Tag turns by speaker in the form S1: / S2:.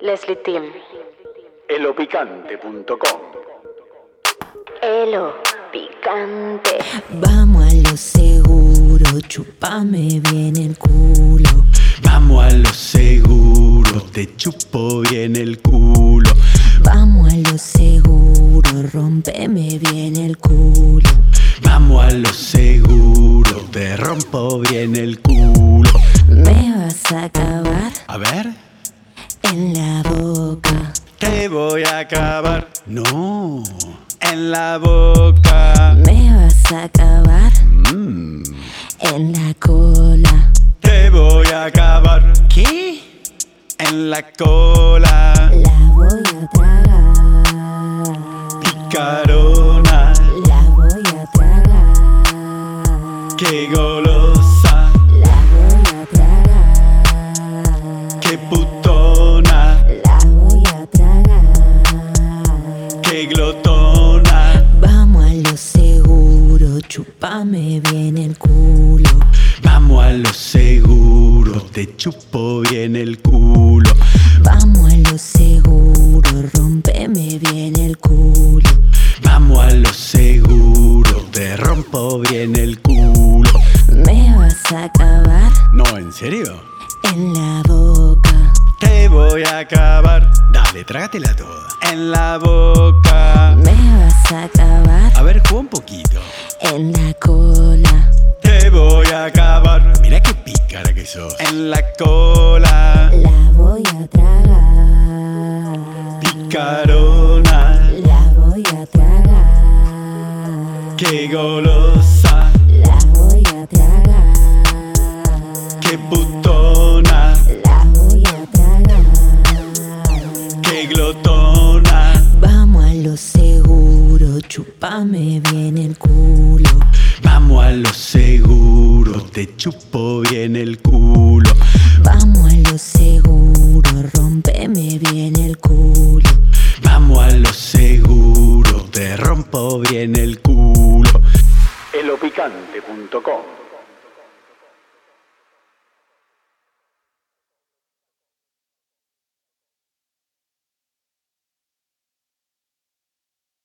S1: Leslie Team.
S2: Elopicante.com
S1: Elo picante.
S3: Vamos a lo seguro, chupame bien el culo.
S4: Vamos a lo seguro, te chupo bien el culo.
S3: Vamos a lo seguro, rompeme bien el culo.
S4: Vamos a lo seguro, te rompo bien el culo.
S3: Me vas a acabar
S4: A ver,
S3: en la boca.
S4: te voy a acabar. No, en la boca.
S3: Me vas a acabar
S4: Mm,
S3: en la cola.
S4: te voy a acabar. ¿Qué? En la cola.
S3: La voy a tragar.
S4: Picarona,
S3: La voy a tragar.
S4: qué golosa,
S3: La voy a tragar.
S4: qué putona.
S3: La voy a tragar.
S4: ¡Qué glotona!
S3: Vamos a lo seguro, chupame bien el culo.
S4: Vamos a lo seguro, te chupo bien el culo.
S3: Vamos a lo seguro, rompeme bien el culo.
S4: Vamos a lo seguro, te rompo bien el culo.
S3: Me vas a acabar
S4: No, ¿en serio?
S3: en la boca.
S4: Te voy a acabar. Dale, trágatela toda. En la boca.
S3: Me vas a acabar
S4: A ver, juega un poquito.
S3: en la cola.
S4: Te voy a acabar. Mirá qué pícara que sos. En la cola.
S3: La voy a tragar.
S4: Picarona,
S3: La voy a tragar.
S4: qué golosa,
S3: La voy a tragar.
S4: qué putona.
S3: La voy a tragar.
S4: ¡Qué glotona!
S3: Vamos a lo seguro, chupame bien el culo.
S4: Vamos a lo seguro, te chupo bien el culo.
S3: Vamos a lo seguro, rompeme bien el culo.
S4: Vamos a lo seguro, te rompo bien el culo.
S2: Elopicante.com